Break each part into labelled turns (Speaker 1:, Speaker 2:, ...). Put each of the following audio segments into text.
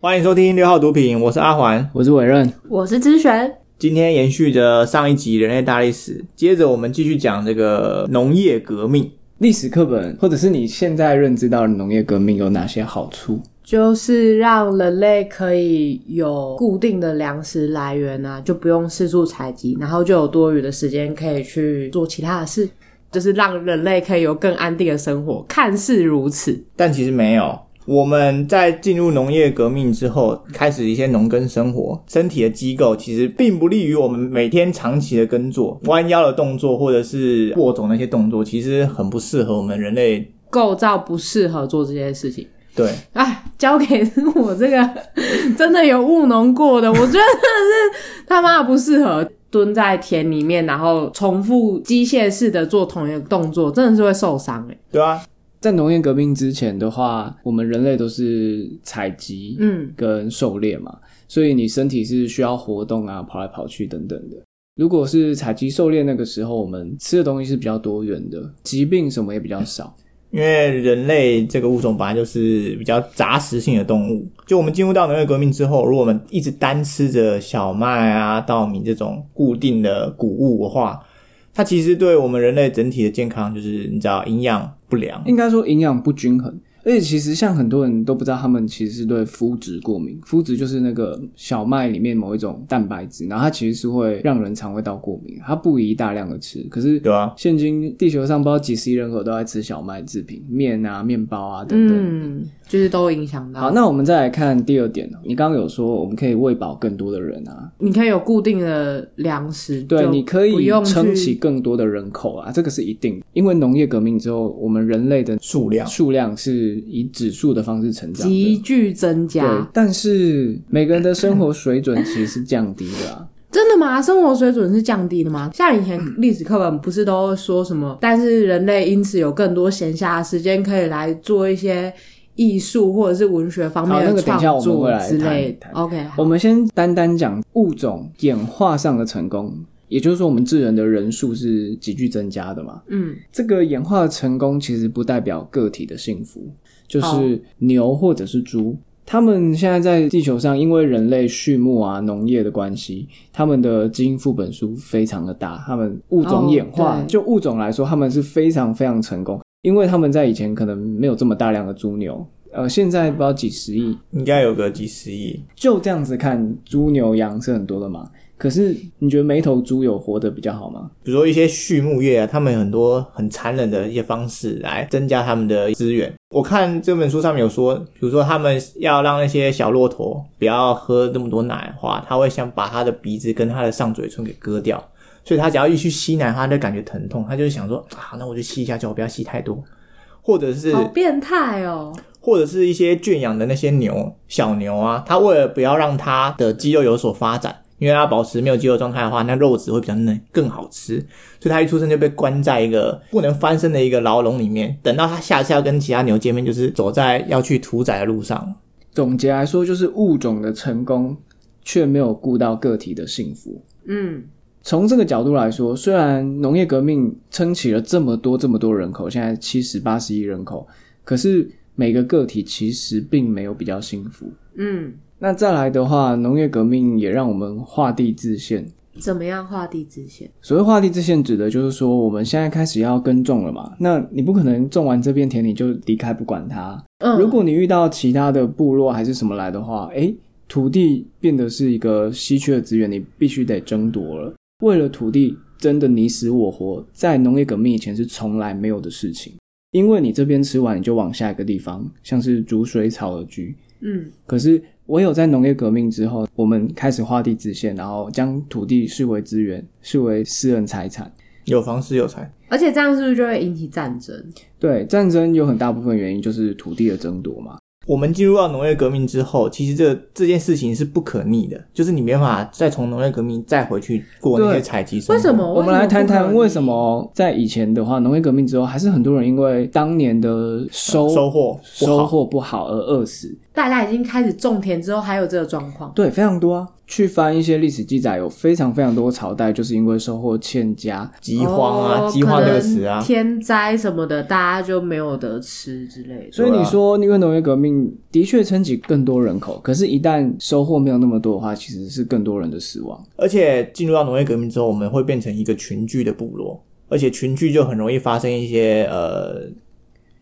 Speaker 1: 欢迎收听六号毒品，我是阿环。
Speaker 2: 我是伟任，
Speaker 3: 我是知璇，
Speaker 1: 今天延续着上一集人类大历史，接着我们继续讲这个农业革命。
Speaker 2: 历史课本或者是你现在认知到的农业革命有哪些好处？
Speaker 3: 就是让人类可以有固定的粮食来源啊，就不用四处采集，然后就有多余的时间可以去做其他的事，就是让人类可以有更安定的生活。看似如此，
Speaker 1: 但其实没有。我们在进入农业革命之后，开始一些农耕生活，身体的机构其实并不利于我们每天长期的耕作、弯腰的动作，或者是播种那些动作，其实很不适合我们人类。
Speaker 3: 构造不适合做这些事情。
Speaker 1: 对，
Speaker 3: 哎，交给我这个真的有务农过的，我觉得真的是他妈不适合蹲在田里面，然后重复机械式的做同一个动作，真的是会受伤哎、
Speaker 1: 对啊，
Speaker 2: 在农业革命之前的话，我们人类都是采集
Speaker 3: 嗯，
Speaker 2: 跟狩猎嘛，所以你身体是需要活动啊，跑来跑去等等的。如果是采集狩猎那个时候，我们吃的东西是比较多元的，疾病什么也比较少。
Speaker 1: 因为人类这个物种本来就是比较杂食性的动物。就我们进入到农业革命之后，如果我们一直单吃着小麦啊、稻米这种固定的谷物的话，它其实对我们人类整体的健康就是你知道营养不良。
Speaker 2: 应该说营养不均衡，而且其实像很多人都不知道，他们其实是对麸质过敏。麸质就是那个小麦里面某一种蛋白质，然后它其实是会让人肠胃道过敏，它不宜大量的吃。可是
Speaker 1: 对啊，
Speaker 2: 现今地球上不知道几十亿人口都在吃小麦制品、面啊、面包啊等等。
Speaker 3: 嗯，就是都影响
Speaker 2: 好，
Speaker 3: 到。
Speaker 2: 那我们再来看第二点哦。你刚刚有说我们可以喂饱更多的人啊，
Speaker 3: 你可以有固定的粮食，
Speaker 2: 对，
Speaker 3: 就
Speaker 2: 你可
Speaker 3: 不
Speaker 2: 以
Speaker 3: 用
Speaker 2: 撑
Speaker 3: 去
Speaker 2: 起更多的人口啊，这个是一定的。因为农业革命之后，我们人类的
Speaker 1: 数量
Speaker 2: 数量是以指数的方式成长
Speaker 3: 急
Speaker 2: 的，
Speaker 3: 剧增
Speaker 2: 对
Speaker 3: 加。。
Speaker 2: 但是每个人的生活水准其实是降低的啊。
Speaker 3: 真的吗？生活水准是降低的吗？像以前历史课本不是都会说什 么？但是人类因此有更多闲暇的时间可以来做一些艺术或者是文学方
Speaker 2: 好
Speaker 3: 面
Speaker 2: 那
Speaker 3: 的
Speaker 2: 个等一下我
Speaker 3: 创
Speaker 2: 们会
Speaker 3: 作
Speaker 2: 来
Speaker 3: 之类的
Speaker 2: 谈。
Speaker 3: OK，
Speaker 2: 我
Speaker 3: 好
Speaker 2: 们先单单讲物种演化上的成功，也就是说，我们智人的人数是急剧增加的嘛。
Speaker 3: 嗯，
Speaker 2: 这个演化的成功其实不代表个体的幸福，就
Speaker 3: 哦
Speaker 2: 是牛或者是猪，它们现在在地球上，因为人类畜牧啊、农业的关系，它们的基因副本数非常的大，它们物种
Speaker 3: 哦
Speaker 2: 演化、
Speaker 3: 对
Speaker 2: 就物种来说，它们是非常非常成功，因为他们在以前可能没有这么大量的猪牛，呃，现在不知道几十亿，
Speaker 1: 应该有个几十亿。
Speaker 2: 就这样子看，猪牛羊是很多的嘛。可是你觉得每一头猪有活得比较好吗？
Speaker 1: 比如说一些畜牧业啊，他们有很多很残忍的一些方式来增加他们的资源。我看这本书上面有说，比如说他们要让那些小骆驼不要喝那么多奶的话，他会想把它的鼻子跟它的上嘴唇给割掉，所以他只要一去吸奶，他就感觉疼痛，他就想说啊，那我就吸一下就好，不要吸太多。或者是
Speaker 3: 好变态哦！
Speaker 1: 或者是一些圈养的那些牛、小牛啊，它为了不要让它的肌肉有所发展，因为它保持没有肌肉状态的话，那肉质会比较嫩，更好吃。所以它一出生就被关在一个不能翻身的一个牢笼里面。等到它下次要跟其他牛见面，就是走在要去屠宰的路上。
Speaker 2: 总结来说，就是物种的成功却没有顾到个体的幸福。
Speaker 3: 嗯，
Speaker 2: 从这个角度来说，虽然农业革命撑起了这么多这么多人口，现在七十八十亿人口，可是每个个体其实并没有比较幸福。
Speaker 3: 嗯，
Speaker 2: 那再来的话，农业革命也让我们画地自限。
Speaker 3: 嗯怎么样画地自限？
Speaker 2: 所谓画地自限，指的就是说，我们现在开始要耕种了嘛，那你不可能种完这片田你就离开不管它，
Speaker 3: 嗯，
Speaker 2: 如果你遇到其他的部落还是什么来的话，诶，土地变得是一个稀缺的资源，你必须得争夺了。为了土地，真的你死我活，在农业革命以前是从来没有的事情。因为你这边吃完，你就往下一个地方，像是逐水草而居。
Speaker 3: 嗯
Speaker 2: 可是唯有在农业革命之后，我们开始划地自限，然后将土地视为资源，视为私人财产。
Speaker 1: 有房是有财，
Speaker 3: 而且这样是不是就会引起战争？
Speaker 2: 对，战争有很大部分原因就是土地的争夺嘛。
Speaker 1: 我们进入到农业革命之后，其实这这件事情是不可逆的，就是你没办法再从农业革命再回去过那些
Speaker 2: 对
Speaker 1: 采集生活。
Speaker 3: 为什么？
Speaker 2: 我们来谈
Speaker 3: 不可
Speaker 2: 谈
Speaker 3: 以
Speaker 2: 为什么在以前的话，农业革命之后，还是很多人因为当年的收
Speaker 1: 收获不好
Speaker 2: 收获不好而饿死。
Speaker 3: 大家已经开始种田之后，还有这个状况。
Speaker 2: 对，非常多啊。去翻一些历史记载，有非常非常多朝代就是因为收获欠佳，
Speaker 1: 饥荒啊，
Speaker 3: 哦
Speaker 1: 饥荒这个词啊
Speaker 3: 可能，天灾什么的，大家就没有得吃之类的。
Speaker 2: 所以
Speaker 1: 对
Speaker 2: 你
Speaker 1: 啊
Speaker 2: 说因为农业革命的确撑起更多人口，可是，一旦收获没有那么多的话，其实是更多人的死亡。
Speaker 1: 而且进入到农业革命之后，我们会变成一个群居的部落，而且群居就很容易发生一些呃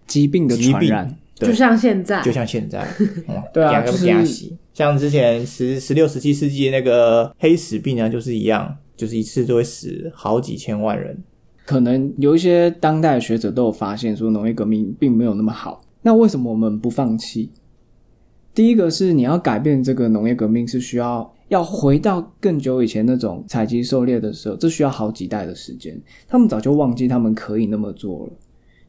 Speaker 2: 疾病的
Speaker 1: 疾
Speaker 2: 传染
Speaker 1: 病，，对
Speaker 3: 就像现在
Speaker 1: 就，像现 在，嗯、
Speaker 2: 啊对啊
Speaker 1: 两个
Speaker 2: 就是
Speaker 1: 加息像之前十十六、十七世纪那个黑死病啊，就是一样，就是一次就会死好几千万人。
Speaker 2: 可能有一些当代学者都有发现说，农业革命并没有那么好。那为什么我们不放弃？第一个是你要改变这个农业革命是需要要回到更久以前那种采集狩猎的时候，这需要好几代的时间。他们早就忘记他们可以那么做了，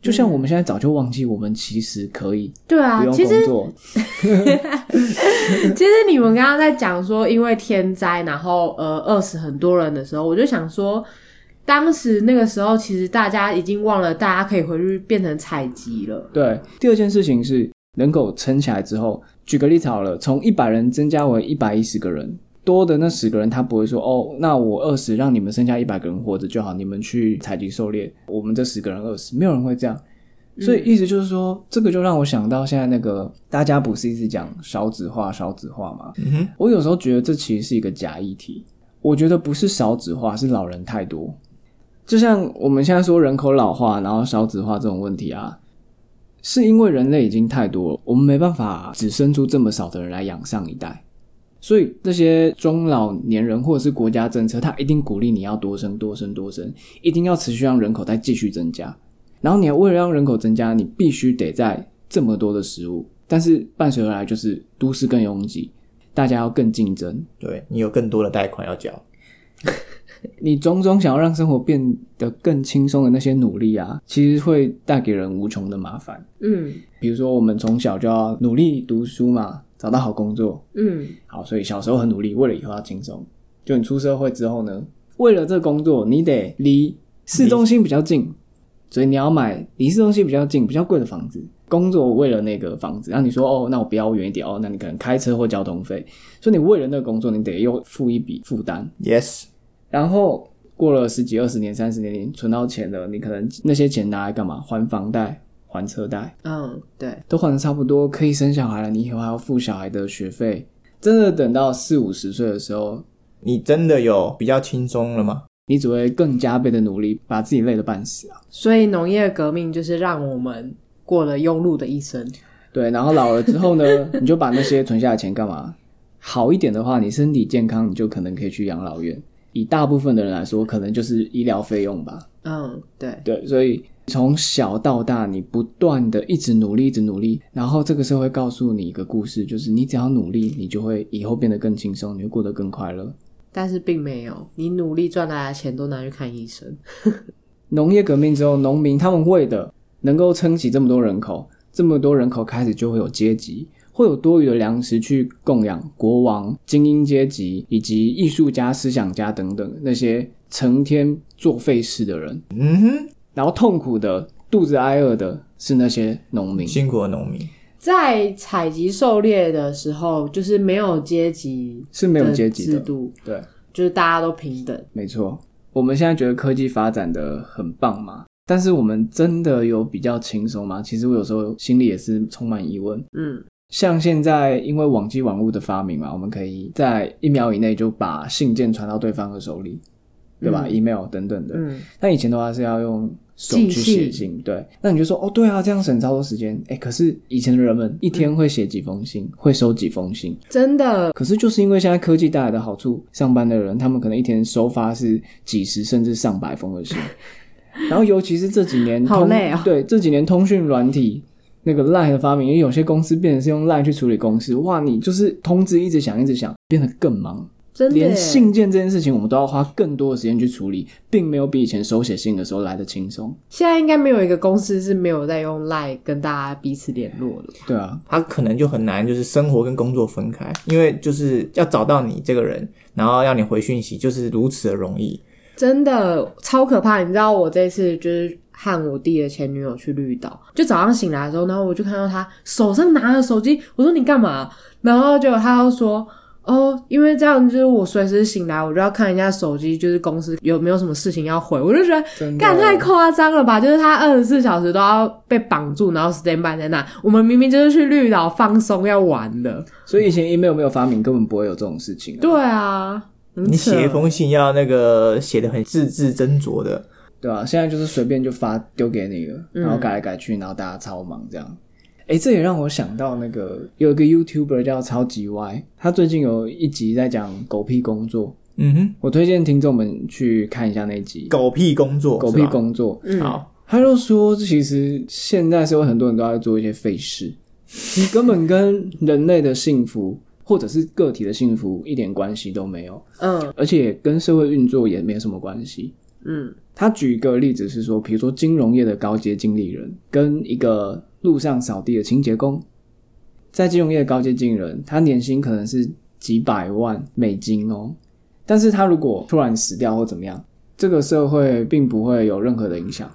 Speaker 2: 就像我们现在早就忘记我们其实可以
Speaker 3: 对啊
Speaker 2: 不，用
Speaker 3: 其
Speaker 2: 工
Speaker 3: 实
Speaker 2: 作，
Speaker 3: 其实你们刚刚在讲说，因为天灾，然后呃饿死很多人的时候，我就想说，当时那个时候，其实大家已经忘了，大家可以回去变成采集了。
Speaker 2: 对，第二件事情是人口撑起来之后，举个例子好了，从一百人增加为一百一十个人，多的那十个人他不会说哦，那我饿死，让你们剩下一百个人活着就好，你们去采集狩猎，我们这十个人饿死，没有人会这样。所以意思就是说，这个就让我想到现在那个大家不是一直讲少子化、少子化吗？
Speaker 1: 嗯哼，
Speaker 2: 我有时候觉得这其实是一个假议题。我觉得不是少子化，是老人太多。就像我们现在说人口老化，然后少子化这种问题啊，是因为人类已经太多了，我们没办法只生出这么少的人来养上一代。所以这些中老年人或者是国家政策，它一定鼓励你要多生、多生、多生，一定要持续让人口再继续增加。然后你为了让人口增加，你必须得在这么多的食物，但是伴随而来就是都市更拥挤，大家要更竞争。
Speaker 1: 对你有更多的贷款要缴，
Speaker 2: 你种种想要让生活变得更轻松的那些努力啊，其实会带给人无穷的麻烦。
Speaker 3: 嗯
Speaker 2: 比如说，我们从小就要努力读书嘛，找到好工作。
Speaker 3: 嗯，
Speaker 2: 好，所以小时候很努力，为了以后要轻松。就你出社会之后呢，为了这工作，你得离市中心比较近，所以你要买离市中心比较近、比较贵的房子。工作为了那个房子，然后你说哦，那我不要远一点哦，那你可能开车或交通费，所以你为了那个工作，你得又付一笔负担。
Speaker 1: Yes，
Speaker 2: 然后过了十几、二十年、三十年，你存到钱了，你可能那些钱拿来干嘛？还房贷、还车贷，
Speaker 3: 嗯，对，
Speaker 2: 都还的差不多，可以生小孩了。你以后还要付小孩的学费。真的等到四五十岁的时候，
Speaker 1: 你真的有比较轻松了吗？
Speaker 2: 你只会更加倍的努力，把自己累得半死啊。
Speaker 3: 所以农业革命就是让我们过了庸碌的一生。
Speaker 2: 对，然后老了之后呢，你就把那些存下的钱干嘛？好一点的话，你身体健康，你就可能可以去养老院。以大部分的人来说，可能就是医疗费用吧。
Speaker 3: 嗯，对，
Speaker 2: 对，所以从小到大，你不断的一直努力，一直努力，然后这个社会告诉你一个故事，就是你只要努力，你就会以后变得更轻松，你会过得更快乐。
Speaker 3: 但是并没有，你努力赚来的钱都拿去看医生。
Speaker 2: 农业革命之后，农民他们为的能够撑起这么多人口，这么多人口开始就会有阶级，会有多余的粮食去供养国王、精英阶级以及艺术家、思想家等等那些成天做废事的人，
Speaker 1: 嗯哼，
Speaker 2: 然后痛苦的、肚子挨饿的是那些农民。
Speaker 1: 辛苦的农民，
Speaker 3: 在采集狩猎的时候，就是没有阶级，
Speaker 2: 是没有阶级的
Speaker 3: 制度，
Speaker 2: 对，
Speaker 3: 就是大家都平等。
Speaker 2: 没错。我们现在觉得科技发展的很棒嘛，但是我们真的有比较轻松吗？其实我有时候心里也是充满疑问。
Speaker 3: 嗯，
Speaker 2: 像现在因为网际网络的发明嘛，我们可以在一秒以内就把信件传到对方的手里，对吧、
Speaker 3: 嗯
Speaker 2: e m a i l 等等的。
Speaker 3: 嗯，
Speaker 2: 但以前的话是要用手去
Speaker 3: 寄信
Speaker 2: 写信，对。那你就说哦，对啊，这样省超多时间。哎，可是以前的人们一天会写几封信，会收几封信，
Speaker 3: 真的，
Speaker 2: 可是就是因为现在科技带来的好处，上班的人他们可能一天收发是几十甚至上百封的 信，然后尤其是这几年
Speaker 3: 好
Speaker 2: 通
Speaker 3: 累哦
Speaker 2: 对，这几年通讯软体那个 Line 的发明，因为有些公司变成是用 Line 去处理公事，哇，你就是通知一直响一直响，变得更忙。
Speaker 3: 真的耶
Speaker 2: 连信件这件事情，我们都要花更多的时间去处理，并没有比以前手写信的时候来的轻松。
Speaker 3: 现在应该没有一个公司是没有在用 Line 跟大家彼此联络的。
Speaker 2: 对啊，
Speaker 1: 他可能就很难，就是生活跟工作分开，因为就是要找到你这个人，然后要你回讯息，就是如此的容易。
Speaker 3: 真的超可怕！你知道我这次就是和我弟的前女友去绿岛，就早上醒来的时候，然后我就看到他手上拿着手机，我说你干嘛？然后结果他又说。哦，因为这样就是我随时醒来，我就要看一下手机，就是公司有没有什么事情要回。我就觉得
Speaker 2: 真的
Speaker 3: 干太夸张了吧！就是他二十四小时都要被绑住，然后 stand by 在那。我们明明就是去绿岛放松要玩的。
Speaker 2: 所以以前 email 没有发明，根本不会有这种事情、啊。
Speaker 3: 对啊，很
Speaker 1: 你
Speaker 3: 扯
Speaker 1: 写一封信要那个写的很字字斟酌的，
Speaker 2: 对啊，现在就是随便就发丢给你了，然后改来改去，然后大家超忙这样。哎、这也让我想到那个有一个 YouTuber 叫超级歪，他最近有一集在讲狗屁工作，
Speaker 1: 嗯哼，
Speaker 2: 我推荐听众们去看一下那集
Speaker 1: 狗屁工作，
Speaker 2: 狗屁工作。
Speaker 1: 是
Speaker 3: 嗯
Speaker 1: 吧，好，
Speaker 2: 他就说，其实现在社会很多人都在做一些废事， 你根本跟人类的幸福或者是个体的幸福一点关系都没有，
Speaker 3: 嗯
Speaker 2: 而且跟社会运作也没什么关系。
Speaker 3: 嗯
Speaker 2: 他举一个例子是说，比如说金融业的高阶经理人跟一个路上扫地的清洁工，在金融业的高阶经理人，他年薪可能是几百万美金哦，但是他如果突然死掉或怎么样，这个社会并不会有任何的影响。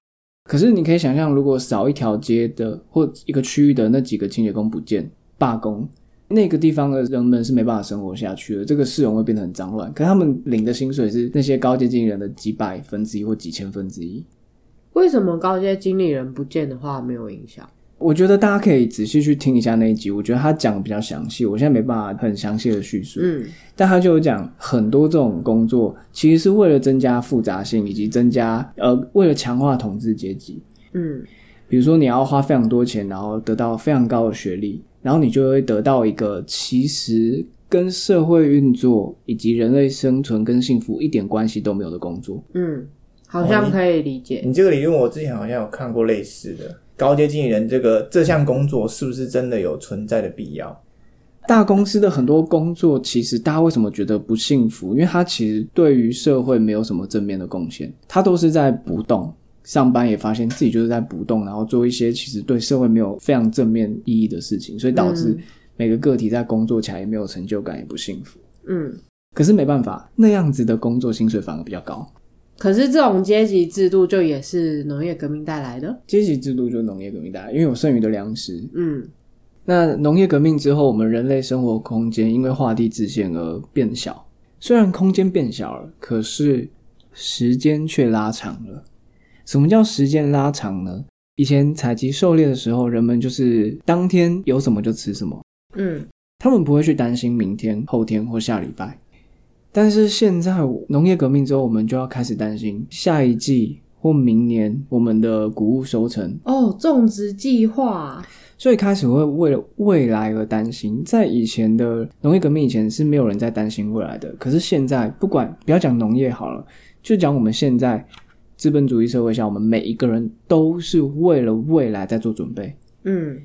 Speaker 2: 可是你可以想象，如果扫一条街的或一个区域的那几个清洁工不见罢工，那个地方的人们是没办法生活下去的，这个市容会变得很脏乱。可他们领的薪水是那些高阶经理人的几百分之一或几千分之一。
Speaker 3: 为什么高阶经理人不见的话没有影响？
Speaker 2: 我觉得大家可以仔细去听一下那一集，我觉得他讲的比较详细，我现在没办法很详细的叙述，
Speaker 3: 嗯
Speaker 2: 但他就有讲很多这种工作其实是为了增加复杂性，以及增加呃为了强化统治阶级。
Speaker 3: 嗯
Speaker 2: 比如说你要花非常多钱，然后得到非常高的学历，然后你就会得到一个其实跟社会运作以及人类生存跟幸福一点关系都没有的工作。
Speaker 3: 嗯，好像可以理解。
Speaker 1: 你这个理论我之前好像有看过类似的。高阶经理人这个这项工作是不是真的有存在的必要？
Speaker 2: 大公司的很多工作，其实大家为什么觉得不幸福？因为它其实对于社会没有什么正面的贡献，它都是在不动。上班也发现自己就是在不动，然后做一些其实对社会没有非常正面意义的事情，所以导致
Speaker 3: 嗯
Speaker 2: 每个个体在工作起来也没有成就感，也不幸福。
Speaker 3: 嗯，
Speaker 2: 可是没办法，那样子的工作薪水反而比较高。
Speaker 3: 可是这种阶级制度就也是农业革命带来的。
Speaker 2: 阶级制度就是农业革命带来，因为有剩余的粮食。
Speaker 3: 嗯
Speaker 2: 那农业革命之后，我们人类生活空间因为划地自限而变小。虽然空间变小了，可是时间却拉长了。什么叫时间拉长呢？以前采集狩猎的时候，人们就是当天有什么就吃什么，
Speaker 3: 嗯
Speaker 2: 他们不会去担心明天、后天或下礼拜。但是现在农业革命之后，我们就要开始担心下一季或明年我们的谷物收成，
Speaker 3: 哦，种植计划。
Speaker 2: 所以开始会为了未来而担心。在以前的农业革命以前是没有人在担心未来的，可是现在不管不要讲农业好了，就讲我们现在资本主义社会下，我们每一个人都是为了未来在做准备，
Speaker 3: 嗯，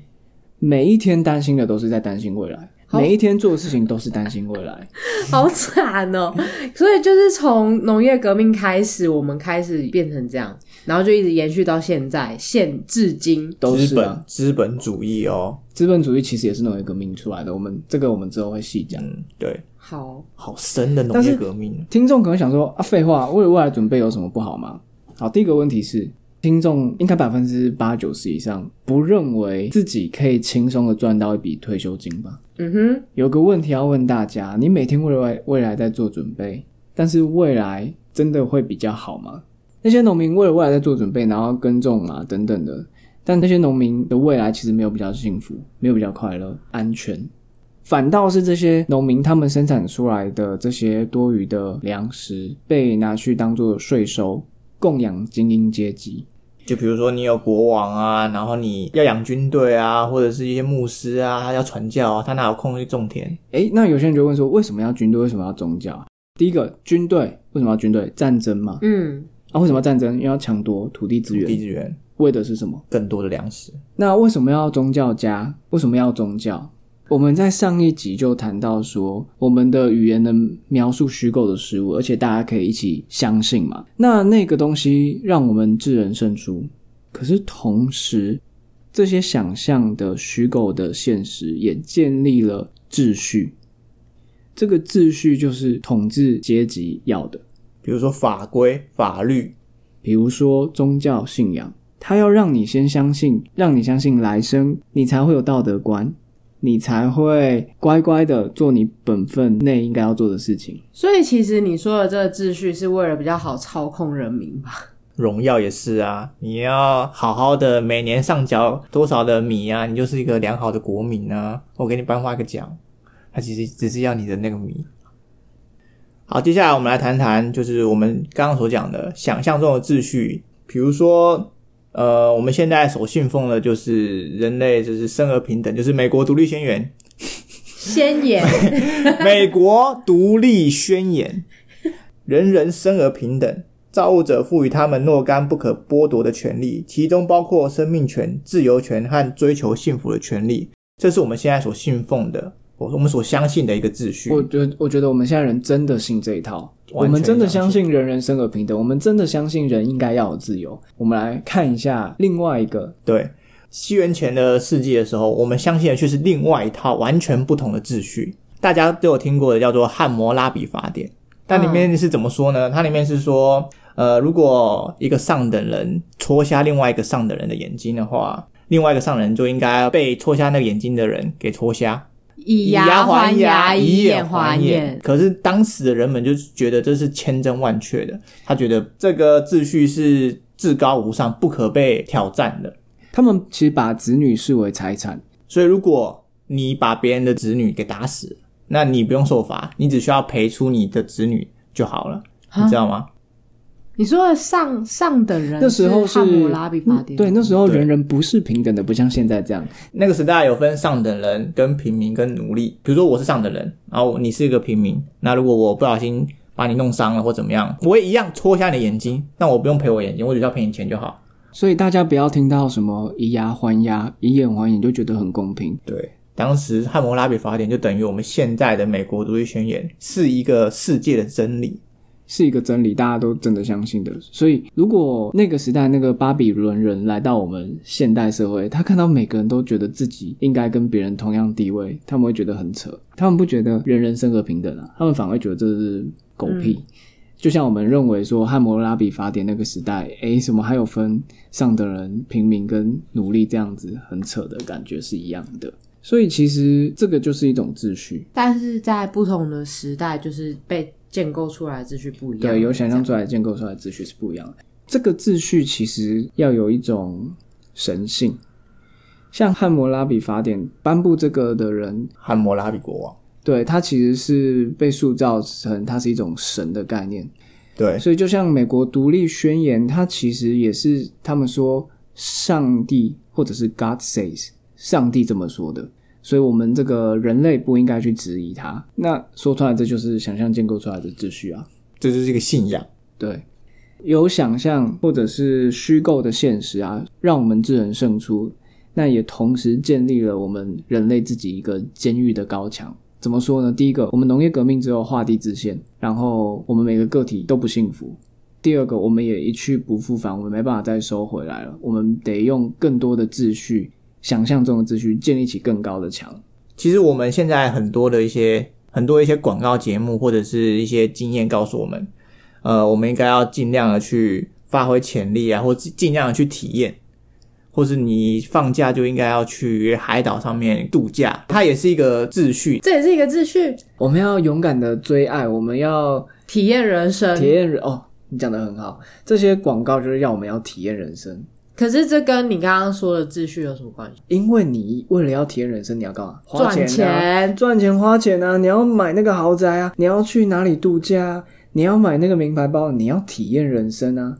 Speaker 2: 每一天担心的都是在担心未来，
Speaker 3: 好
Speaker 2: 每一天做的事情都是担心未来。
Speaker 3: 嗯好惨哦！ 所以就是从农业革命开始，我们开始变成这样，然后就一直延续到现在，现至今。
Speaker 2: 都
Speaker 1: 资
Speaker 2: 是、啊、
Speaker 1: 本资本主义哦，
Speaker 2: 资本主义其实也是农业革命出来的，我们这个我们之后会细讲。
Speaker 1: 嗯，对，
Speaker 3: 好，
Speaker 1: 好深的农
Speaker 2: 但
Speaker 1: 业
Speaker 2: 是
Speaker 1: 革命，
Speaker 2: 听众可能想说啊，废话，为了未来准备有什么不好吗？好，第一个问题是，听众应该百分之八九十以上不认为自己可以轻松的赚到一笔退休金吧？
Speaker 3: 嗯哼，
Speaker 2: 有个问题要问大家：你每天为了未来在做准备，但是未来真的会比较好吗？那些农民为了未来在做准备，然后耕种啊等等的，但那些农民的未来其实没有比较幸福，没有比较快乐、安全，反倒是这些农民他们生产出来的这些多余的粮食被拿去当做税收，供养精英阶级。
Speaker 1: 就比如说你有国王啊，然后你要养军队啊，或者是一些牧师啊，他要传教啊，他哪有空去种田？
Speaker 2: 诶，那有些人就问说，为什么要军队？为什么要宗教？第一个，军队为什么要军队？战争嘛，
Speaker 3: 嗯
Speaker 2: 啊，为什么要战争？因为要抢夺土地资
Speaker 1: 地
Speaker 2: 源，
Speaker 1: 资源
Speaker 2: 为的是什么？
Speaker 1: 更多的粮食，
Speaker 2: 那为什么要宗教家？为什么要宗教？我们在上一集就谈到说，我们的语言能描述虚构的事物，而且大家可以一起相信嘛。那那个东西让我们智人胜出，可是同时，这些想象的虚构的现实也建立了秩序。这个秩序就是统治阶级要的，
Speaker 1: 比如说法规、法律，
Speaker 2: 比如说宗教信仰，他要让你先相信，让你相信来生，你才会有道德观，你才会乖乖的做你本分内应该要做的事情。
Speaker 3: 所以其实你说的这个秩序是为了比较好操控人民吧？
Speaker 1: 荣耀也是啊，你要好好的每年上缴多少的米啊，你就是一个良好的国民啊。我给你颁发一个奖，他其实只是要你的那个米。好，接下来我们来谈谈，就是我们刚刚所讲的想象中的秩序，比如说，呃，我们现在所信奉的就是人类就是生而平等，就是美国独立宣言，
Speaker 3: 先言
Speaker 1: 美国独立宣言，人人生而平等，造物者赋予他们若干不可剥夺的权利，其中包括生命权、自由权和追求幸福的权利。这是我们现在所信奉的，我我们所相信的一个秩序。
Speaker 2: 我觉我觉得我们现在人真的信这一套，
Speaker 1: 嗯完全
Speaker 2: 我们真的
Speaker 1: 相
Speaker 2: 相
Speaker 1: 信
Speaker 2: 信人人生而平等，我们真的相信人应该要有自由。我们来看一下另外一个，
Speaker 1: 对，西元前的世纪的时候，我们相信的却是另外一套完全不同的秩序。大家都有听过的叫做《汉谟拉比法典》，但里面是怎么说呢？它里面是说，呃，如果一个上等人戳瞎另外一个上等人的眼睛的话，另外一个上等人就应该被戳瞎那个眼睛的人给戳瞎，
Speaker 3: 以牙还牙，以眼还眼。
Speaker 1: 可是当时的人们就觉得这是千真万确的，他觉得这个秩序是至高无上、不可被挑战的。
Speaker 2: 他们其实把子女视为财产，
Speaker 1: 所以如果你把别人的子女给打死，那你不用受罚，你只需要赔出你的子女就好了，你知道吗？
Speaker 3: 你说的上上等人
Speaker 2: 那时候是
Speaker 3: 汉谟拉比法典，
Speaker 2: 嗯对，那时候
Speaker 1: 对
Speaker 2: 人人不是平等的，不像现在这样。
Speaker 1: 那个时代有分上等人、跟平民、跟奴隶。比如说我是上等人，然后你是一个平民，那如果我不小心把你弄伤了或怎么样，我也一样戳瞎你的眼睛，但我不用赔我眼睛，我只需要赔你钱就好。
Speaker 2: 所以大家不要听到什么以牙还牙、以眼还眼就觉得很公平。
Speaker 1: 对，当时汉谟拉比法典就等于我们现在的美国独立宣言，是一个世界的真理。
Speaker 2: 是一个真理，大家都真的相信的。所以，如果那个时代那个巴比伦人来到我们现代社会，他看到每个人都觉得自己应该跟别人同样地位，他们会觉得很扯，他们不觉得人人生而平等啊，他们反而觉得这是狗屁。就像我们认为说《汉谟拉比法典》那个时代，诶，什么还有分上等人、平民跟奴隶这样子，很扯的感觉是一样的。所以其实这个就是一种秩序，
Speaker 3: 但是在不同的时代，就是被建构出来的秩序不一样。
Speaker 2: 对，有想象出来、建构出来的秩序是不一样的。这个秩序其实要有一种神性，像汉谟拉比法典颁布这个的人，
Speaker 1: 汉谟拉比国王，
Speaker 2: 对他其实是被塑造成它是一种神的概念。
Speaker 1: 对，
Speaker 2: 所以就像美国独立宣言，它其实也是他们说上帝或者是 God says，上帝这么说的。所以我们这个人类不应该去质疑它。那说出来，这就是想象建构出来的秩序啊。
Speaker 1: 这就是一个信仰。
Speaker 2: 对，有想象或者是虚构的现实啊，让我们智人胜出。那也同时建立了我们人类自己一个监狱的高墙。怎么说呢？第一个，我们农业革命之后画地自限，然后我们每个个体都不幸福。第二个，我们也一去不复返，我们没办法再收回来了。我们得用更多的秩序，想象中的秩序，建立起更高的墙。
Speaker 1: 其实我们现在很多的一些很多一些广告节目或者是一些经验告诉我们，呃，我们应该要尽量的去发挥潜力啊，或尽尽量的去体验，或是你放假就应该要去海岛上面度假，它也是一个秩序。
Speaker 3: 这也是一个秩序，
Speaker 2: 我们要勇敢的追爱，我们要
Speaker 3: 体验人生。
Speaker 2: 体验人哦，你讲的很好。这些广告就是让我们要体验人生，
Speaker 3: 可是这跟你刚刚说的秩序有什么关系？
Speaker 2: 因为你为了要体验人生，你要干嘛？花
Speaker 3: 赚
Speaker 2: 钱啊，
Speaker 3: 钱，
Speaker 2: 赚钱花钱啊！你要买那个豪宅啊，你要去哪里度假啊，你要买那个名牌包，你要体验人生啊！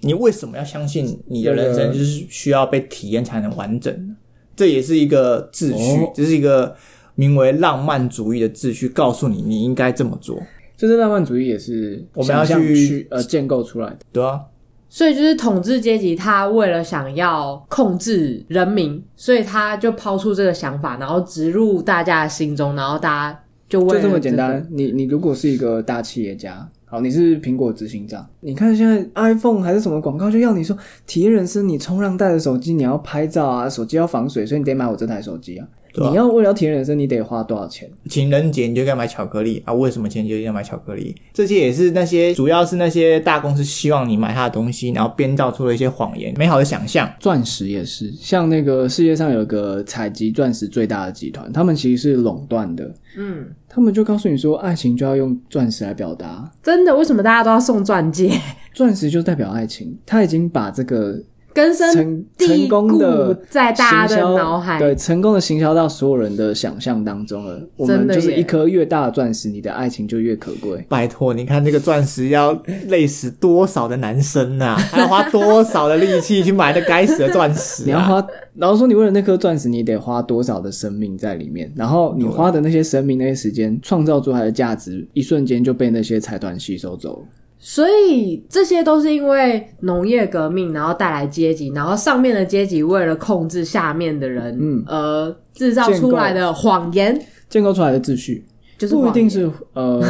Speaker 1: 你为什么要相信你的人
Speaker 2: 对
Speaker 1: 生
Speaker 2: 啊
Speaker 1: 就是需要被体验才能完整呢？这也是一个秩序，
Speaker 2: 哦
Speaker 1: 这是一个名为浪漫主义的秩序，告诉你你应该这么做，
Speaker 2: 就是浪漫主义也是
Speaker 1: 我们要
Speaker 2: 想象
Speaker 1: 去
Speaker 2: 去呃建构出来的。
Speaker 1: 对啊，
Speaker 3: 所以就是统治阶级，他为了想要控制人民，所以他就抛出这个想法，然后植入大家的心中，然后大家就为
Speaker 2: 就
Speaker 3: 了
Speaker 2: 这么简
Speaker 3: 个
Speaker 2: 单。你你如果是一个大企业家，好，你是苹果执行长，你看现在 iPhone 还是什么广告，就要你说体验人生，你冲浪带着手机，你要拍照啊，手机要防水，所以你得买我这台手机啊。
Speaker 1: 对吧
Speaker 2: 你要为了要体验人生，你得花多少钱？
Speaker 1: 情人节你就应该买巧克力啊？为什么情人节一定要买巧克力？这些也是那些主要是那些大公司希望你买它的东西，然后编造出了一些谎言、美好的想象。
Speaker 2: 钻石也是，像那个世界上有个采集钻石最大的集团，他们其实是垄断的，
Speaker 3: 嗯，
Speaker 2: 他们就告诉你说，爱情就要用钻石来表达，
Speaker 3: 真的，为什么大家都要送钻戒？
Speaker 2: 钻石就代表爱情，他已经把这个
Speaker 3: 根深
Speaker 2: 成
Speaker 3: 蒂
Speaker 2: 成功
Speaker 3: 固
Speaker 2: 的
Speaker 3: 在大家的
Speaker 2: 行销
Speaker 3: 脑海
Speaker 2: 对成功的行销到所有人的想象当中了。我
Speaker 3: 真
Speaker 2: 们
Speaker 3: 的
Speaker 2: 就是
Speaker 3: 耶
Speaker 2: 一颗越大的钻石，你的爱情就越可贵。
Speaker 1: 拜托，你看这个钻石要累死多少的男生啊，还要花多少的力气去买那该死的钻石
Speaker 2: 你 要
Speaker 1: 啊！
Speaker 2: 花，然后说你为了那颗钻石，你得花多少的生命在里面，然后你花的那些生命、那些时间，创造出来的价值，一瞬间就被那些财团吸收走了。
Speaker 3: 所以这些都是因为农业革命，然后带来阶级，然后上面的阶级为了控制下面的人，
Speaker 2: 嗯
Speaker 3: 而制造出来的谎言，
Speaker 2: 建构出来的秩序，
Speaker 3: 就是
Speaker 2: 不一
Speaker 3: 谎
Speaker 2: 定
Speaker 3: 言
Speaker 2: 是呃，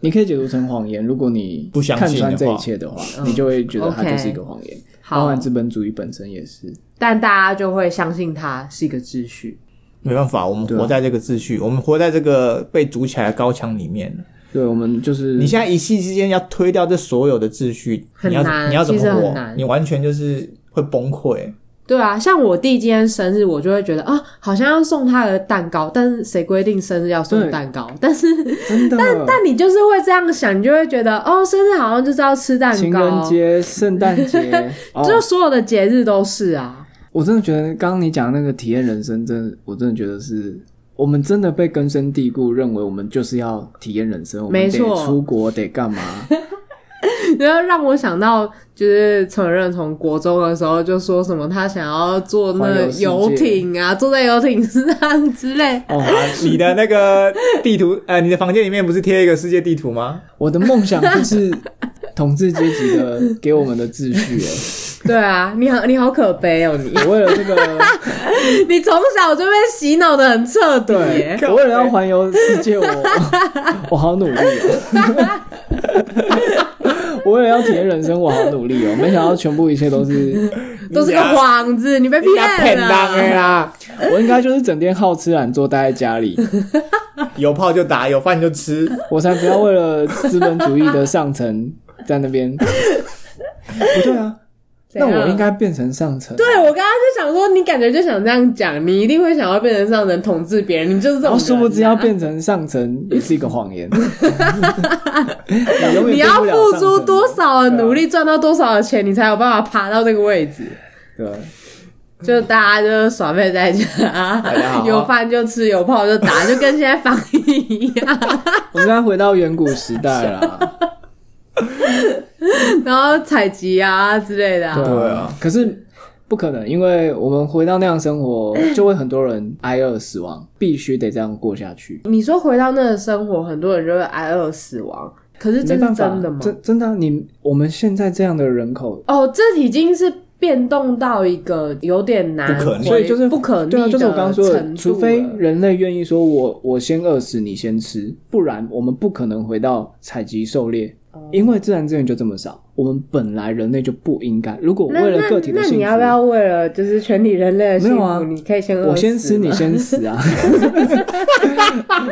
Speaker 2: 你可以解读成谎言。如果你
Speaker 1: 不相
Speaker 2: 看
Speaker 1: 信
Speaker 2: 穿
Speaker 1: 的
Speaker 2: 这一
Speaker 1: 话
Speaker 2: 切的话，
Speaker 3: 嗯
Speaker 2: 你就会觉得它
Speaker 3: OK
Speaker 2: 就是一个谎言。包
Speaker 3: 好
Speaker 2: 含，资本主义本身也是。
Speaker 3: 但大家就会相信它是一个秩序。
Speaker 1: 没办法，我们
Speaker 2: 对啊
Speaker 1: 活在这个秩序，我们活在这个被筑起来的高墙里面。
Speaker 2: 对，我们就是
Speaker 1: 你现在一夕之间要推掉这所有的秩序，
Speaker 3: 很
Speaker 1: 你要
Speaker 3: 难
Speaker 1: 你要怎么
Speaker 3: 其实很
Speaker 1: 活？
Speaker 3: 难
Speaker 1: 你完全就是会崩溃。
Speaker 3: 对啊，像我弟今天生日，我就会觉得啊，好像要送他的蛋糕，但是谁规定生日要送
Speaker 2: 对嗯
Speaker 3: 蛋糕？但是
Speaker 2: 真的，但
Speaker 3: 但你就是会这样想，你就会觉得哦，生日好像就是要吃蛋糕，
Speaker 2: 情人节、圣诞节， 哦
Speaker 3: 就所有的节日都是啊。
Speaker 2: 我真的觉得刚刚你讲那个体验人生，真的，我真的觉得是我们真的被根深蒂固认为我们就是要体验人生，我们
Speaker 3: 没
Speaker 2: 得
Speaker 3: 错
Speaker 2: 出国得干嘛？
Speaker 3: 然后让我想到，就是承认从国中的时候就说什么他想要坐那
Speaker 2: 环
Speaker 3: 个
Speaker 2: 游世界
Speaker 3: 游艇啊，坐在游艇上之类。
Speaker 2: 哦，
Speaker 1: 你的那个地图，呃，你的房间里面不是贴一个世界地图吗？
Speaker 2: 我的梦想就是统治阶级的给我们的秩序，哎
Speaker 3: 对啊，你好，你好可悲哦，你
Speaker 2: 我为了这个，
Speaker 3: 你从小就被洗脑的很彻底耶。
Speaker 2: 对我为了要环游世界，我我好努力哦。 我为了要体验人生，我好努力哦！没想到全部一切都是
Speaker 3: 都是个啊幌子，你被
Speaker 1: 你要骗
Speaker 3: 骗
Speaker 1: 当啊的
Speaker 2: 啊
Speaker 3: 了。
Speaker 1: 啦，
Speaker 2: 我应该就是整天好吃懒做，待在家 里，
Speaker 1: 有炮就打，有饭就吃。
Speaker 2: 我才不要为了资本主义的上层在那边。不对啊，
Speaker 3: 怎
Speaker 2: 那
Speaker 3: 样
Speaker 2: 我应该变成上层。啊
Speaker 3: 对我刚刚就想说，你感觉就想这样讲，你一定会想要变成上层统治别人，你就是这
Speaker 2: 然
Speaker 3: 种
Speaker 2: 后
Speaker 3: 人啊。
Speaker 2: 哦殊不知要变成上层也是一个谎 言。你永远
Speaker 3: 你
Speaker 2: 变
Speaker 3: 要
Speaker 2: 不了
Speaker 3: 付
Speaker 2: 上
Speaker 3: 出
Speaker 2: 层
Speaker 3: 多？少
Speaker 2: 啊
Speaker 3: 的努力，赚到多少的钱，你才有办法爬到这个位置。
Speaker 2: 对，
Speaker 3: 就大家就耍废在家
Speaker 1: 家好，
Speaker 3: 有饭就吃，有炮就 打，就跟现在防疫一样。
Speaker 2: 我们现在回到远古时代 啦。
Speaker 3: 然后采集啊之类的、啊，
Speaker 1: 对啊，
Speaker 2: 可是。不可能，因为我们回到那样生活，就会很多人挨饿死亡，必须得这样过下去。
Speaker 3: 你说回到那个生活，很多人就会挨饿死亡，可是这
Speaker 2: 没
Speaker 3: 是
Speaker 2: 办法，
Speaker 3: 真的吗？
Speaker 2: 真真的啊、你我们现在这样的人口，
Speaker 3: 哦，这已经是变动到一个有点难
Speaker 1: 不可
Speaker 3: 回，
Speaker 1: 逆
Speaker 2: 所以就是
Speaker 3: 不可逆
Speaker 2: 对啊，
Speaker 3: 的
Speaker 2: 就是我刚刚说的，
Speaker 3: 程度
Speaker 2: 除非
Speaker 3: 了
Speaker 2: 人类愿意说我我先饿死你先吃，不然我们不可能回到采集狩猎，
Speaker 3: 哦
Speaker 2: 因为自然资源就这么少，我们本来人类就不应该。如果
Speaker 3: 那
Speaker 2: 为了个体的
Speaker 3: 那那
Speaker 2: 幸
Speaker 3: 你要不
Speaker 2: 福，
Speaker 3: 要为了就是全体人类的幸
Speaker 2: 没
Speaker 3: 福，
Speaker 2: 有啊
Speaker 3: 你可以先饿
Speaker 2: 我先
Speaker 3: 死
Speaker 2: 吃你
Speaker 3: 吗
Speaker 2: 先死 啊，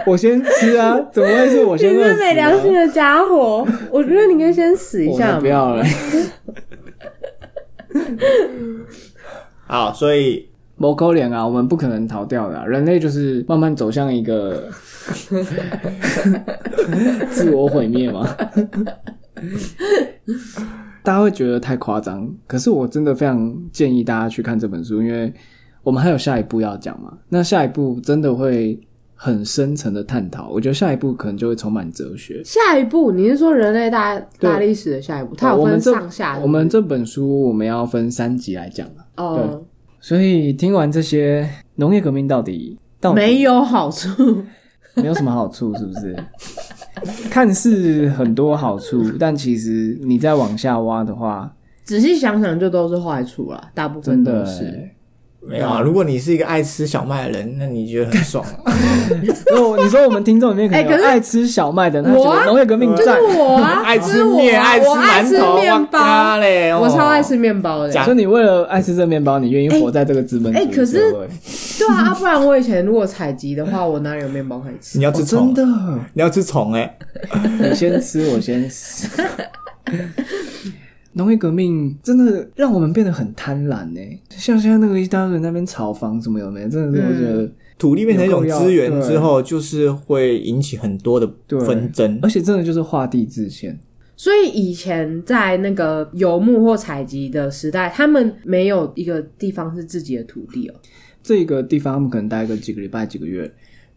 Speaker 2: 我先吃啊，怎么会是我
Speaker 3: 你
Speaker 2: 先饿
Speaker 3: 是
Speaker 2: 死啊
Speaker 3: 没良心
Speaker 2: 呢？
Speaker 3: 的家伙，我觉得你应该先死一
Speaker 2: 我
Speaker 3: 下
Speaker 2: 才
Speaker 3: 嘛。
Speaker 2: 不要了，
Speaker 1: 好，啊所以
Speaker 2: 某口脸啊，我们不可能逃掉的啊、人类就是慢慢走向一个自我毁灭嘛。大家会觉得太夸张，可是我真的非常建议大家去看这本书，因为我们还有下一步要讲嘛。那下一步真的会很深层的探讨，我觉得下一步可能就会充满哲学。
Speaker 3: 下一步，你是说人类大
Speaker 2: 对
Speaker 3: 大历史的下一步？它
Speaker 2: 呃
Speaker 3: 有
Speaker 2: 我们
Speaker 3: 分
Speaker 2: 这
Speaker 3: 上下的
Speaker 2: 我们这本书我们要分三集来讲啊，
Speaker 3: 哦，
Speaker 2: 所以听完这些，农业革命到底到底
Speaker 3: 没有好处。
Speaker 2: 没有什么好处，是不是？看似很多好处，但其实你再往下挖的话，
Speaker 3: 仔细想想，就都是坏处啦，大部
Speaker 2: 真
Speaker 3: 分
Speaker 2: 的
Speaker 3: 嗯都是。
Speaker 2: 欸
Speaker 1: 没有啊，如果你是一个爱吃小麦的人，那你觉得很 爽啊？
Speaker 2: 如果你说我们听众里面可能
Speaker 3: 哎可
Speaker 2: 有
Speaker 3: 是
Speaker 2: 爱吃小麦的，那
Speaker 3: 我
Speaker 2: 觉得农业革命
Speaker 3: 就是
Speaker 2: 赞。
Speaker 3: 我 啊，
Speaker 1: 爱
Speaker 3: 就是
Speaker 1: 吃
Speaker 3: 我啊
Speaker 1: 面，爱吃
Speaker 3: 我爱
Speaker 1: 馒
Speaker 3: 吃
Speaker 1: 头，
Speaker 3: 面
Speaker 1: 哇
Speaker 3: 包，
Speaker 1: 嘞！哦
Speaker 3: 我超爱吃面包的。
Speaker 1: 假
Speaker 2: 所以你为了爱吃这面包，你愿意活在这个资本主
Speaker 3: 啊哎
Speaker 2: 义
Speaker 3: 可是
Speaker 2: 社会？
Speaker 3: 对啊，啊不然我以前如果采集的话，我哪里有面包可以吃
Speaker 1: 你？要吃
Speaker 2: 哦
Speaker 1: 虫
Speaker 2: 真，的，
Speaker 1: 你要吃虫哎，
Speaker 2: 你先吃，我先死。农业革命真的让我们变得很贪婪呢、像现在那个一大堆人在那边炒房什么有没有？真的是我觉得，
Speaker 1: 土地变成一种
Speaker 2: 有够
Speaker 1: 资源
Speaker 2: 要对
Speaker 1: 之后，就是会引起很多的
Speaker 2: 对
Speaker 1: 纷
Speaker 3: 嗯
Speaker 1: 争
Speaker 2: 而。且真的就是画地自限。
Speaker 3: 所以以前在那个游牧或采集的时代，他们没有一个地方是自己的土地哦。
Speaker 2: 这个地方他们可能待个几个礼拜、几个月，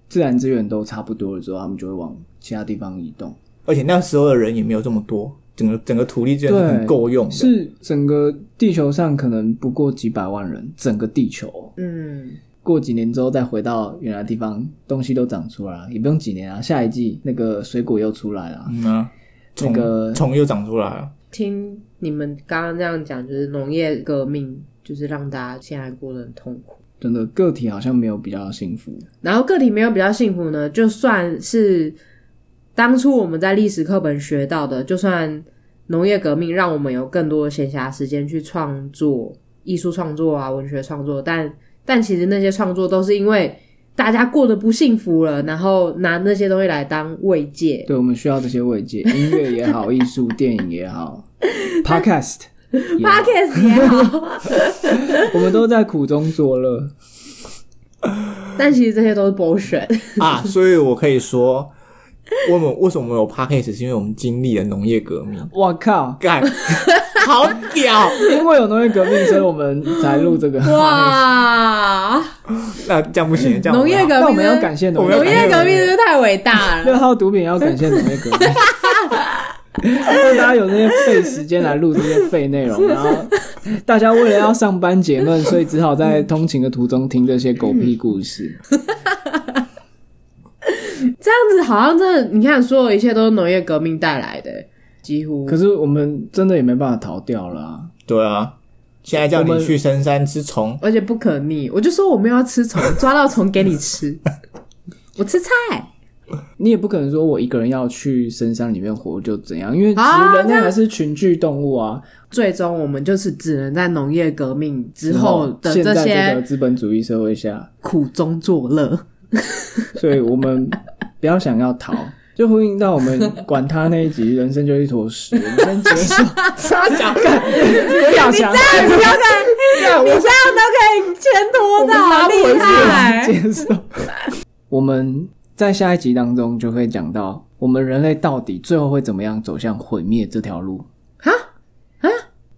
Speaker 2: 自然资源都差不多了之后，他们就会往其他地方移动。
Speaker 1: 而且那时候的人也没有这么多，整个整个土地资源是很
Speaker 2: 对
Speaker 1: 够用的。
Speaker 2: 是整个地球上可能不过几百万人，整个地球哦
Speaker 3: 嗯，
Speaker 2: 过几年之后再回到原来地方，东西都长出来了，也不用几年啊，下一季那个水果又出来了。
Speaker 1: 嗯啊，
Speaker 2: 那
Speaker 1: 虫
Speaker 2: 个
Speaker 1: 虫又长出来了。
Speaker 3: 听你们刚刚这样讲，就是农业革命，就是让大家现在过得很痛苦。
Speaker 2: 真的个体好像没有比较幸福，
Speaker 3: 然后个体没有比较幸福呢，就算是当初我们在历史课本学到的，就算农业革命让我们有更多的闲暇时间去创作艺术创作啊、文学创作，但但其实那些创作都是因为大家过得不幸福了，然后拿那些东西来当慰藉。
Speaker 2: 对我们需要这些慰藉，音乐也好，艺术、电影也好，podcast 也好
Speaker 3: Podcast 也好，
Speaker 2: 我们都在苦中作乐。
Speaker 3: 但其实这些都是 bullshit。
Speaker 1: 啊，所以我可以说，我们为什么有 podcast，是因为我们经历了农业革命，
Speaker 2: 我靠！
Speaker 1: 干， 好屌！
Speaker 2: 因为有农业革命，所以我们才录这个。
Speaker 3: 哇，
Speaker 1: 那这样不行，这样
Speaker 3: 农业
Speaker 1: 我们
Speaker 3: 革
Speaker 2: 那
Speaker 3: 命，
Speaker 2: 我们要感谢农
Speaker 1: 我
Speaker 2: 业
Speaker 1: 们
Speaker 2: 革
Speaker 1: 要
Speaker 3: 农
Speaker 1: 感。
Speaker 2: 命
Speaker 3: 业革命，真的太伟大了。
Speaker 2: 六号毒品也要感谢农业革命， 让大家有这些废时间来录这些废内 容，然后大家为了要上班解闷，所以只好在通勤的途中听这些狗屁故事。
Speaker 3: 这样子好像真的，你看，所有一切都是农业革命带来的，几乎
Speaker 2: 可是我们真的也没办法逃掉了、啊。
Speaker 1: 对啊，现在叫
Speaker 2: 我
Speaker 1: 你
Speaker 2: 们
Speaker 1: 去深山吃虫，
Speaker 3: 而且不可逆。我就说我们要吃虫，抓到虫给你吃，我吃菜
Speaker 2: 你也不可能说我一个人要去深山里面活就怎样，因为其
Speaker 3: 啊
Speaker 2: 实人
Speaker 3: 这
Speaker 2: 类
Speaker 3: 样
Speaker 2: 还是群居动物啊。
Speaker 3: 最终我们就是只能在农业革命之后的
Speaker 2: 现在这个
Speaker 3: 些
Speaker 2: 资本主义社会下，
Speaker 3: 苦中作乐。
Speaker 2: 所以我们不要想要逃，就呼应到我们管他那一集，人生就一坨屎，我们先接受。
Speaker 1: 傻小干，
Speaker 2: 不要想
Speaker 3: 你不要看，你这样都可以牵拖到，厉害！
Speaker 2: 接受。我们在下一集当中就会讲到，我们人类到底最后会怎么样走向毁灭这条路。
Speaker 3: 哈哈，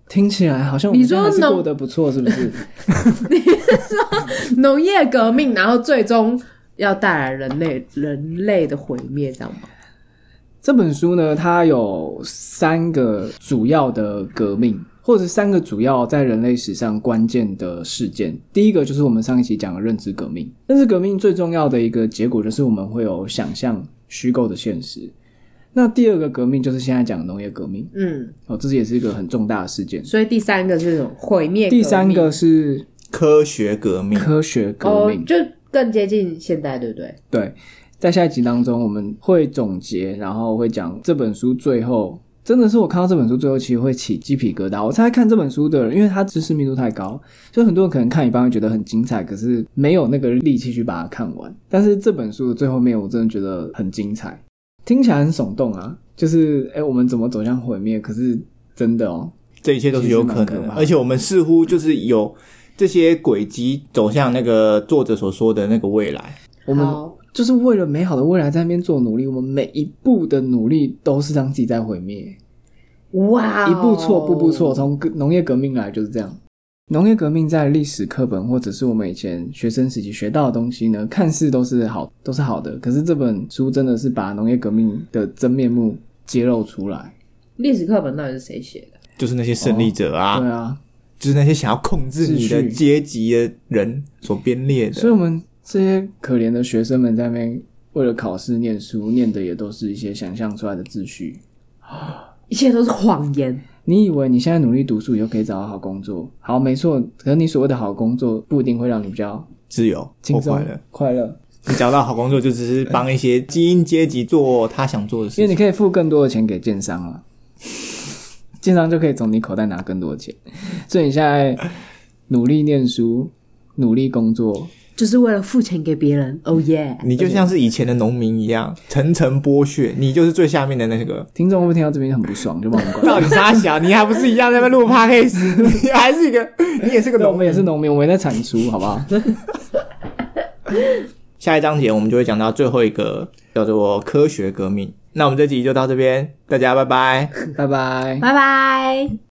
Speaker 2: 听起来好像我们
Speaker 3: 你说
Speaker 2: 现在还是
Speaker 3: 农
Speaker 2: 过得不错，是不是？
Speaker 3: 农业革命，然后最终要带来人类人类的毁灭，这样吗？
Speaker 2: 这本书呢，它有三个主要的革命，或者三个主要在人类史上关键的事件。第一个就是我们上一期讲的认知革命。认知革命最重要的一个结果就是我们会有想象虚构的现实。那第二个革命就是现在讲的农业革命
Speaker 3: 嗯，
Speaker 2: 哦，这也是一个很重大的事件。
Speaker 3: 所以第三个是什么毁灭革命。
Speaker 2: 第三个是
Speaker 1: 科学革命，
Speaker 2: 科学革
Speaker 3: 哦
Speaker 2: 命，，
Speaker 3: 就更接近现代，对不对？
Speaker 2: 对，在下一集当中我们会总结，然后会讲这本书最后。真的是我看到这本书最后，其实会起鸡皮疙瘩。我猜看这本书的人，因为它知识密度太高，所以很多人可能看一半会觉得很精彩，可是没有那个力气去把它看完。但是这本书的最后面，我真的觉得很精彩，听起来很耸动啊！就是哎、诶我们怎么走向毁灭？可是真的哦，
Speaker 1: 这一切都是有可
Speaker 2: 其
Speaker 1: 能
Speaker 2: 实蛮可
Speaker 1: 的。
Speaker 2: 怕的
Speaker 1: 而且我们似乎就是有这些轨迹走向那个作者所说的那个未来。
Speaker 2: 我们
Speaker 3: 好
Speaker 2: 就是为了美好的未来在那边做努力，我们每一步的努力都是让自己在毁灭。
Speaker 3: 哇哦，
Speaker 2: 一步错，步步错。从革农业革命来就是这样。农业革命在历史课本或者是我们以前学生时期学到的东西呢，看似都是好，都是好的。可是这本书真的是把农业革命的真面目揭露出来。
Speaker 3: 历史课本到底是谁写的？
Speaker 1: 就是那些胜利者啊，
Speaker 2: 对啊，
Speaker 1: 就是那些想要控制你的
Speaker 2: 秩序
Speaker 1: 阶级的人所编列
Speaker 2: 所
Speaker 1: 的
Speaker 2: 以。我们这些可怜的学生们在那边为了考试念书，念的也都是一些想象出来的秩序。
Speaker 3: 一切都是谎言。
Speaker 2: 你以为你现在努力读书，以后可以找到好工作？好，没错，可是你所谓的好工作，不一定会让你比较
Speaker 1: 自由
Speaker 2: 轻
Speaker 1: 或
Speaker 2: 松
Speaker 1: 快乐。
Speaker 2: 快乐，
Speaker 1: 你找到好工作，就只是帮一些精英阶级做他想做的
Speaker 2: 因
Speaker 1: 事
Speaker 2: 为你
Speaker 1: 情。
Speaker 2: 可以付更多的钱给建商了，建商就可以从你口袋拿更多的钱，所以你现在努力念书，努力工作，
Speaker 3: 就是为了付钱给别人。Oh yeah！
Speaker 2: 嗯
Speaker 1: 你就像是以前的农民一样，层层剥削，你就是最下面的那 个。
Speaker 2: 听众会不会听到这边很不爽，就帮我们关？
Speaker 1: 到底啥小？你还不是一样在那边录 podcast？你还是一个，你也是个
Speaker 2: 对，
Speaker 1: 农
Speaker 2: 我们
Speaker 1: 民
Speaker 2: 也。是农民，我们也在产出，好 不好？
Speaker 1: 下一章节我们就会讲到最后一个叫做科学革命。那我们这集就到这边，大家拜拜。
Speaker 2: 拜拜。
Speaker 3: 拜拜。